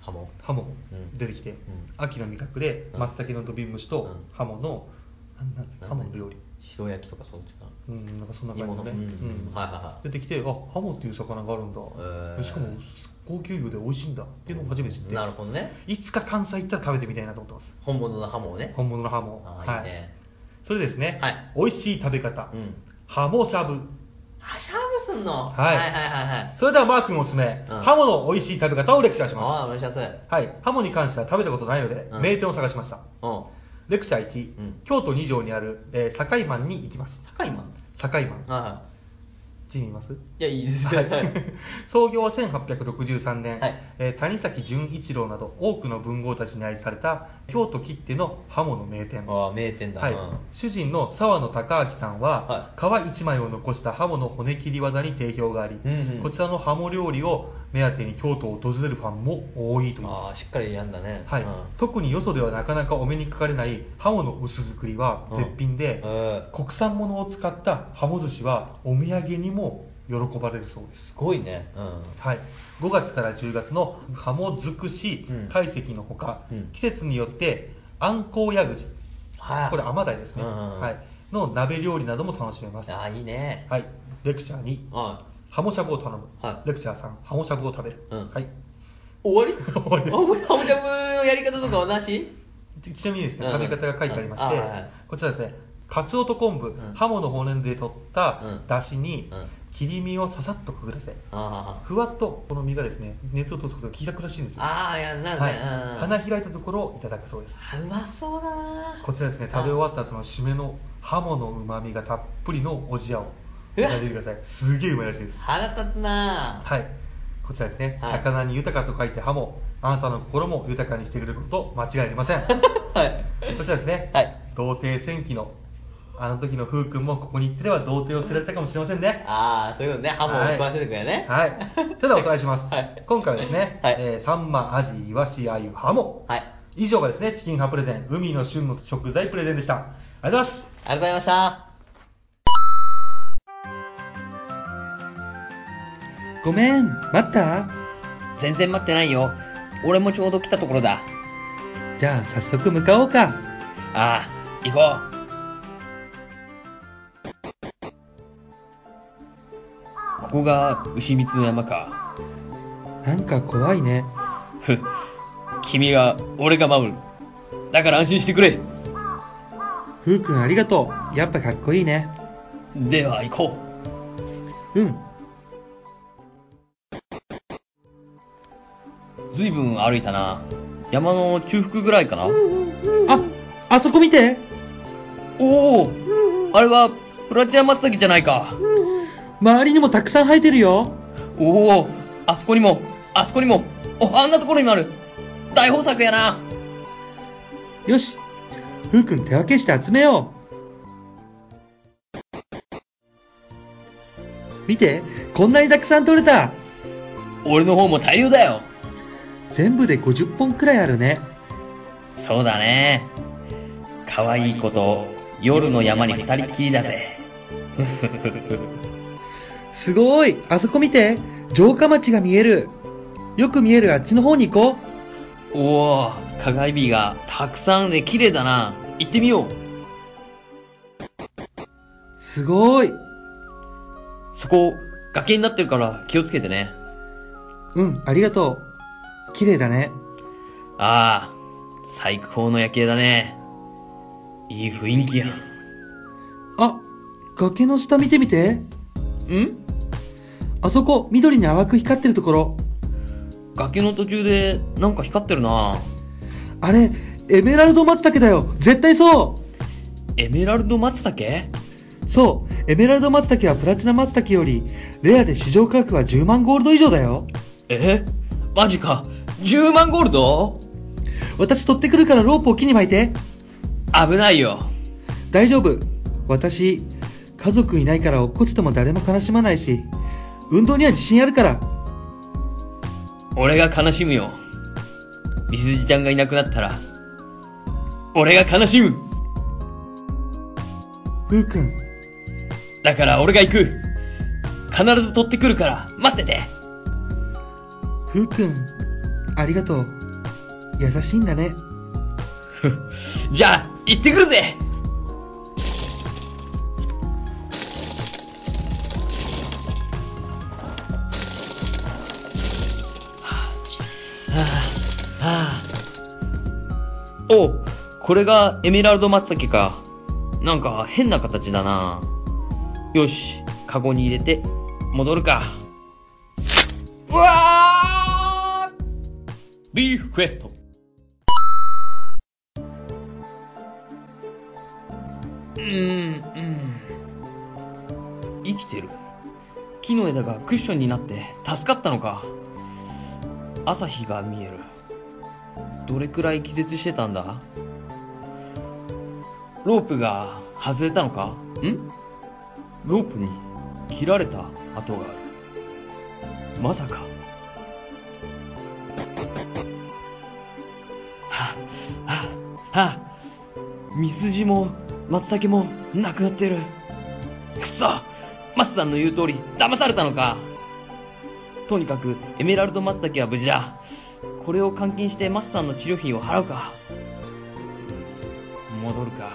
ハモ
ーハモ
うん
出てきて、
ん
秋の味覚で
うん
松茸の土瓶蒸し
う
と
ん
ハモの、なんなんハモの料理
白焼きとかそういう
う
の
ん、なんかそんな感じのね、
煮物うん
うん
はいはいはい
出てきてあハモっていう魚があるんだ、
へえ
しかも高級魚で美味しいんだっていうのを初めて知って、
なるほどね
いつか関西行ったら食べてみたいなと思ってます
本物のハモをね
本物のハモ
あ
は
あいいね
それでですね、
はい
美味しい食べ方、
うん
ハモしゃぶ
あシャーブすんの、
はい
はいはいはいはい
それではマー君おすすめ、
うん
ハモの美味しい食べ方をレクチャーし
あ
ま
あお願いします
すはいハモに関しては食べたことないので、
うん
名店を探しました
うん
レクチャー1、
うん
京都2条にある、えー、堺マンに行きます
高い今
堺マン
はいは
地味い ます
いいやいいです
は
ね
い創業は1863年、
はい
えー谷崎潤一郎など多くの文豪たちに愛された京都きっての刃物名店
ああ名店だ、
はい
うん
主人の沢野孝明さんは、皮一枚を残したハモの骨切り技に定評があり、
うんうん
こちらのハモ料理を目当てに京都を訪れるファンも多いといいます
ああしっかりやんだね
はい
うん
特によそではなかなかお目にかかれないハモの薄作りは絶品で、
うんへえ
国産物を使ったハモ寿司はお土産にも喜ばれるそうです
す、ごいねうん
はい、5月から10月のハモ尽くし
うん
懐石のほか、
うん
季節によってあんこうやぐじ
はい
これ甘鯛ですね、
うんうんうん
はい、の鍋料理なども楽しめます、
ああいいね
はい、レクチャー2
は
ハモしゃぶを頼む、
は
レクチャー3ハモしゃぶを食べる、
うん
はい
い終わり
終わりです
あもうハムジャムのやり方とかはなし
ちちなみにですね、
うん
食べ方が書いてありまして、
うんあはい
こちらですね、かつおと昆布、
ん
ハモの骨で取った
うん
だしに、
うん
切り身をささっとくぐらせ、
あ
ふわっとこの身がですね、熱を通すことが効いたくらしいんですよ。
あああやるなるね、
はい
うん
花開いたところをいただくそうです。
あうまそうだな
こちらですね、食べ終わった後の締めのハモの旨味がたっぷりのおじやをいただいてください。すげえうまいらしいです。
腹立つな
はい。こちらですね、
はい
魚に豊かと書いてハモ、あなたの心も豊かにしてくれること間違いありま せん。
はい
こちらですね、
はい
童貞戦記のあの時の風君もここに行ってれば童貞を捨てられたかもしれませんね。
ああそういうことねハムを食わせてくれね
はい。それではおさらい します。
はい
今回はですね、
はい
えーサンマ、アジ、イワシ、アユ、ハモ。
はい
以上がですね、チキンハプレゼン、海の旬の食材プレゼンでした。ありがとうございます。
ありがとうございました
ごめん、待った
全然待ってないよ俺もちょうど来たところだ
じゃあ早速向かおうか。
ああ行こうここが牛光の山か
なんか怖いね。
ふっ君が俺が守るだから安心してくれ
ふうくんありがとう。やっぱかっこいいね。
では行こ
うん。
うずいぶん歩いたな山の中腹ぐらいかな
あ、あそこ見て
おおあれはプラチナ松茸じゃないか
周りにもたくさん生えてるよ。
おおあそこにもあそこにもおあんなところにもある大豊作やな
よし、
ふうくん手分けして集めよう見てこんなにたくさん取れた
俺の方も大量だよ
全部で50本くらいあるね
そうだね可愛い子と夜の山に二人っきりだぜ
すごいあそこ見て城下町が見えるよく見えるあっちの方に行こう
おお鏡火がたくさんで綺麗だな行ってみよう
すごい
そこ崖になってるから気をつけてね
うんありがとう綺麗だね
ああ最高の夜景だねいい雰囲気やん
あ崖の下見てみて
ん
あそこ緑に淡く光ってるところ
崖の途中でなんか光ってるな
あれエメラルド松茸だよ絶対そ
エメラルド松茸
うそうエメラルド松茸はプラチナ松茸よりレアで市場価格は10万ゴールド以上だよ
えマジか10万ゴールド
私取ってくるからロープを木に巻いて
危ないよ
大丈夫私家族いないから落っこちても誰も悲しまないし運動には自信あるから
俺が悲しむよみすじちゃんがいなくなったら俺が悲しむ
ふうくん
だから俺が行く必ず取ってくるから待ってて
ふうくんありがとう優しいんだね
ふっ じゃあ行ってくるぜはあはあおうこれがエメラルド松茸かなんか変な形だなよしカゴに入れて戻るか
うわービーフクエスト。
うーんうん生きてる木の枝がクッションになって助かったのか朝日が見えるどれくらい気絶してたんだロープが外れたのかんロープに切られた跡があるまさかはあはあはあミスジも松茸もなくなってるくそマスさんの言う通り騙されたのかとにかくエメラルド松茸は無事だこれを換金してマスさんの治療費を払うか戻るか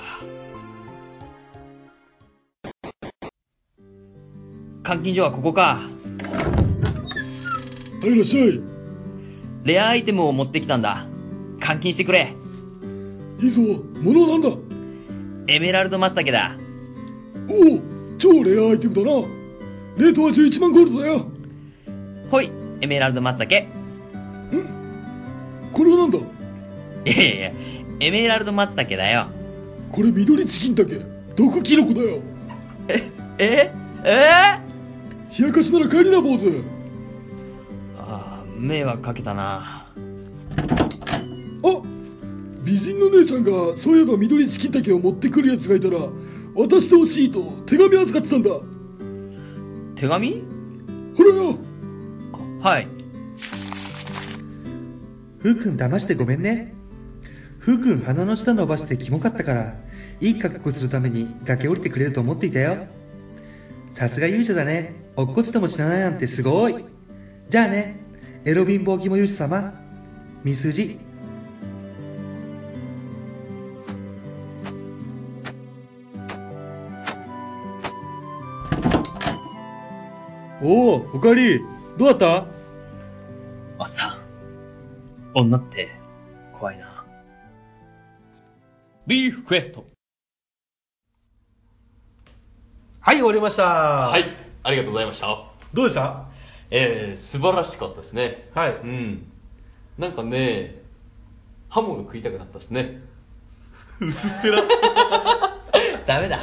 換金所はここか
はいいらっしゃい
レアアイテムを持ってきたんだ換金してくれ
いいぞ物はなんだ
エメラルド松茸だ
おお超レアアイテムだなレートは11万ゴールドだよ
ほいエメラルド松茸
これはなんだ
いやいやいやエメラルド松茸だよ
これ緑チキンだけ毒キノコだよ
えええ
冷やかしなら帰りな坊主
ああ迷惑かけたな
あ美人の姉ちゃんがそういえば緑チキンだけを持ってくるやつがいたら渡してほしいと手紙預かってたんだ
手紙
ほらよ
はい
ふうくん騙してごめんねふうくん鼻の下伸ばしてキモかったからいい格好するために崖降りてくれると思っていたよさすが勇者だね落っこちても死なないなんてすごいじゃあねエロ貧乏肝勇士様みすじおおおかえりどうだった
マさん女って怖いな
ビーフクエスト。
はい、終わりました。は
は。い、ありがとうございました。
どうでした
えー、素晴らしかったですね。。
はいう
ん。なんかね、ハモが食いたくなったですね。
薄っぺ ら。
ダメだ。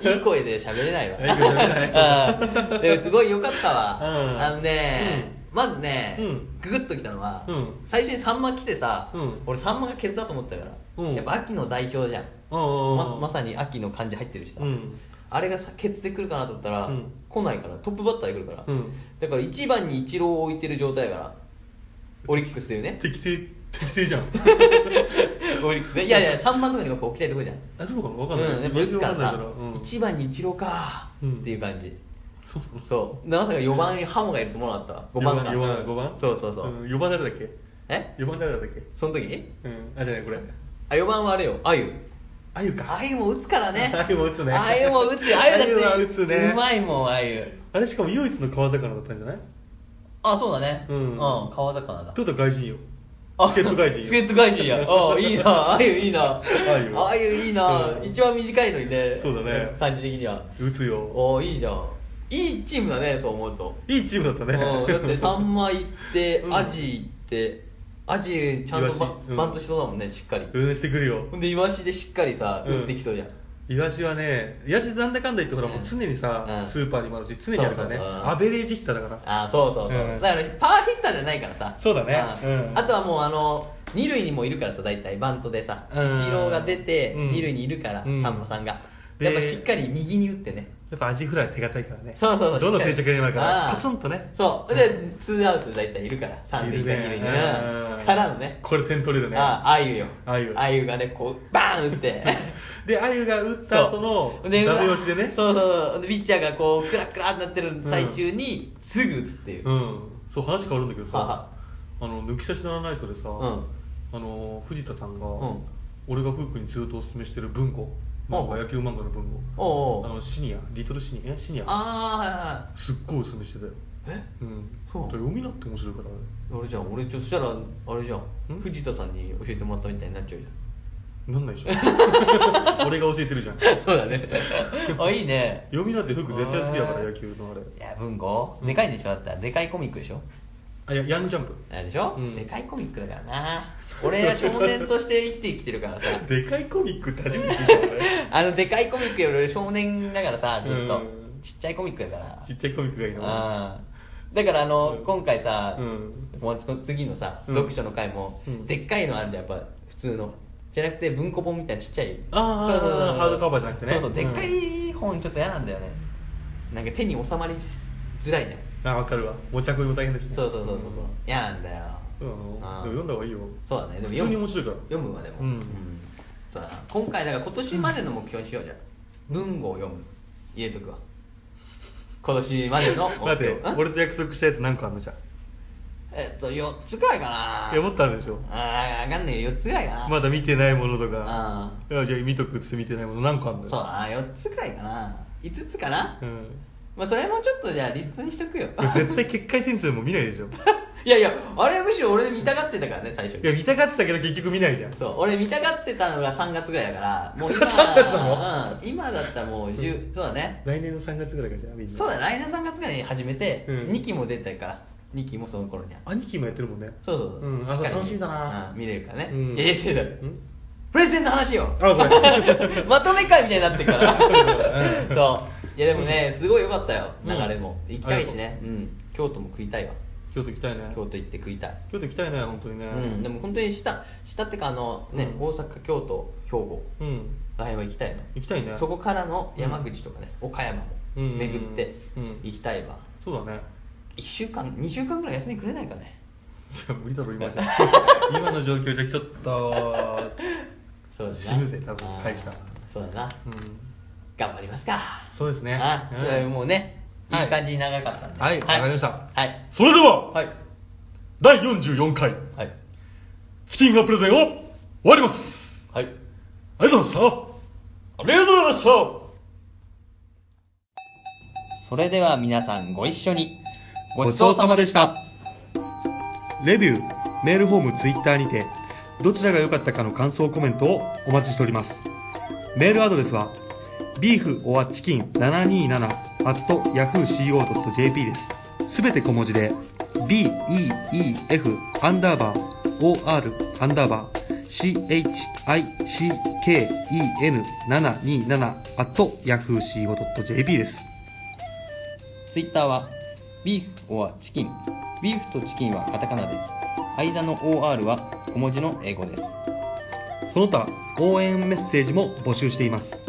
いい声 で喋れないわ。
いい声で喋れない
うんでもすごい良かったわ。
うん
あのね、
まずね、
うん
ググッときたのは、
うん
最初にサンマ来てさ、
うん
俺サンマがケツだと思ったから、
うん
やっぱ秋の代表じゃん、
うんうん
ままさに秋の漢字入ってるしさ、
うん
あれがさケツで来るかなと思ったら、
うん
来ないからトップバッターで来るから、
うん
だから1番にイチローを置いてる状態だ からオリックスだよね
適正適正 じゃん
オリックスねいやいや3番とかにやっぱ置きたいとこじゃん
あそうかな分かんない、
うん、やっぱ打つから
わ
さ、
んないからうん
1番にイチローかーっていう感じ、
そう
そうでまさか4番にハモがいると思わなかった5番か
4番五番
そうそうそう、
ん、4番誰だっけ
え
4番誰だったっけ
その時
うんあじゃあこれ
あ4番はあれよあゆ
あゆか
あゆも打つから ね
あゆも打つね
あゆも打つよあゆだって
あゆは打つね
うまいもんあゆ
あれしかも唯一の川魚だったんじゃない
あそうだね
うん
川魚だ
ってことは外人よ
あ
助っ人外人よ
助っ人外人 やあいいなあゆいいな
あゆ
あゆいいな
うん
一番短いのにね
そうだね
感じ的には
打つよ
おいいじゃんいいチームだねそう思うと
いいチームだったね
うんだ ってサンマ行って、
うん
アジ行ってアジちゃんとバ,、
イワシうん
ントしそうだもんねしっかり、
運営してくるよ
ほんでイワシでしっかりさ
うん
打ってきそうじゃん、
イワシはね、イワシなんだかんだ言ってほら、もう常に
う
さ、
ん
スーパーにもあるし、常にあるからね、
そうそうそううん
アベレージヒッターだから、
ああそうそうそう、
うん
だからパワーヒッターじゃないからさ
そうだね
ん
うん
あとはもうあの二塁にもいるからさ大体バントでさ、
うん
一郎が出て、
うん
二塁にいるから、
うん
さんまさんが
で
やっぱしっかり右に打ってね
やっぱアジフライ手堅いからね、
そうそうそう
どの
し
定
っ
着
かり
にもあるから
あ、ー
パツンとね、
そうで、ツーアウト大体いるから三塁か二塁に、
うん
うんからのね
これ点取れるね。
あああゆよ
あゆ
あゆがねこうバーン打って
で、あゆが打った後の
そう
ダメ押しでね、
そうそうそうでピッチャーがこうクラクラってなってる最中に、すぐ打つっていう、
うん、そう話変わるんだけど
は
さ、あの抜き差しならないとでさ、
ん
あの藤田さんが、
うん
俺が夫婦にずっとお勧めしてる文庫、漫画
うん
野球漫画の文庫、
おうおう
あのシニア、リトルシニア、えシニア、
ああ
すっごいお勧めしてたよ。
え
うん、
そう
だから読みなって面白いからね。
俺じゃん俺ちょそしたらあれじゃん
ん
藤田さんに教えてもらったみたいになっちゃうじ
なんな いでしょ俺が教えてるじゃん
ゃんそうだね あいいね
読みなんて服絶対好きだから野球のあれ
いや文豪でかいんでしょだったらでかいコミックでしょ
あいやヤングジャンプ
あれでしょ、
うん
でかいコミックだからな俺は少年として生きてきてるからさ
でかいコミックって初めて聞いたよね
あのでかいコミックより俺少年だからさずっと
うん
ちっちゃいコミックだから
ちっちゃいコミックがいいな
うんだからあの、今回さ、
うん
もう次のさ、
うん
読書の回も、
うん
でっかいのあるじゃんやっぱ普通のじゃなくて文庫本みたいなちっちゃい
あー
そうそうそうそう
ハードカバーじゃなくてね
そうそうでっかい本ちょっと嫌なんだよね、なんか手に収まりづらいじゃん
あ分かるわ持ち運びも大変だしね、
そうそうそうそうそう嫌なんだよ
うんでも読んだ方がいいよ
そうだねでも
普通に面白いから
読むわでも
うん
そうだな今回だから今年までの目標にしようじゃん、文豪を読む入れとくわ今年までの目標
待って
うん
俺と約束したやつ何個あんのじゃん
えっと、4つくらいかない
やもっとあるでしょ
あー、わかんないよ、4つくらいかな。
まだ見てないものとか
あ
いやじゃあ見とくっつって見てないもの何個あんのよ
そうだな、4つくらいかな。5つかな。
うん
まあ、それもちょっとじゃあリストにしとくよ。
絶対決壊戦争も見ないでしょい
いやいや、あれむしろ俺見たがってたからね、最初に
や見たがってたけど結局見ないじゃん
そう、俺見たがってたのが3月ぐらいだから、もう今、
3月な
うん、今だったらもう10、そうだね。
来年の3月ぐらいかじゃあみんな
そうだ、来年3月ぐらいに始めて、
うん
2期も出たから、2期もその頃にあ
兄貴もやってるもんね
そうそうそう。
ん、あ
っかり
楽しみだな
うん見れるからね。
うん
いやいや、違う違うんプレゼンの話よ。
あごめ ん
まとめ会みたいになってるから。 そう。いやでもね、すごい良かったよ、流れも。
うん
行きたいしね。うん。京都も食いたいわ。
京都行きたいね
京都行って食いたい。
京都行きたいね本当にね
うん。でも本当に下、下ってかあの、ね、
うん
大阪、京都、兵庫
うん
らへんは行きたいの。
行きたいね
そこからの山口とかね、岡山も
うん
巡って
うん
行きたいわ。
そうだね
1週間、2週間ぐらい休みくれないかね。
いや無理だろ今じゃ 今の状況じゃちょっと
そうだな
死ぬぜ多分
あー
会社
そうだな。
うん
頑張りますか。
そうですね
あ、
うん
えーもうね、
はい
いい感じに長かったんで。
はいわかりました
はい。
それでは、
はい。
第44回
はい。
チキンがプレゼンを終わります
はい。
ありがとうございました
ありがとうございました
それでは皆さんご一緒に。ごちそうさまでした。
レビュー、メールフォーム、ツイッターにて、どちらが良かったかの感想コメントをお待ちしております。メールアドレスは、beeforchicken727-yahooco.jp です。すべて小文字で、beef アンダーバー or アンダーバー chicken727-yahooco.jp です。
Twitter は、ビーフ or チキン、ビビーフとチキンはカタカナで、間の OR は小文字の英語です。
その他、応援メッセージも募集しています。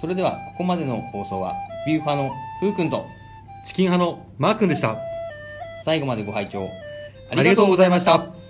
それでは、ここまでの放送は、ビューファのふうくんと、
チキン派のマー君でした。
最後までご拝聴
ありがとうございました。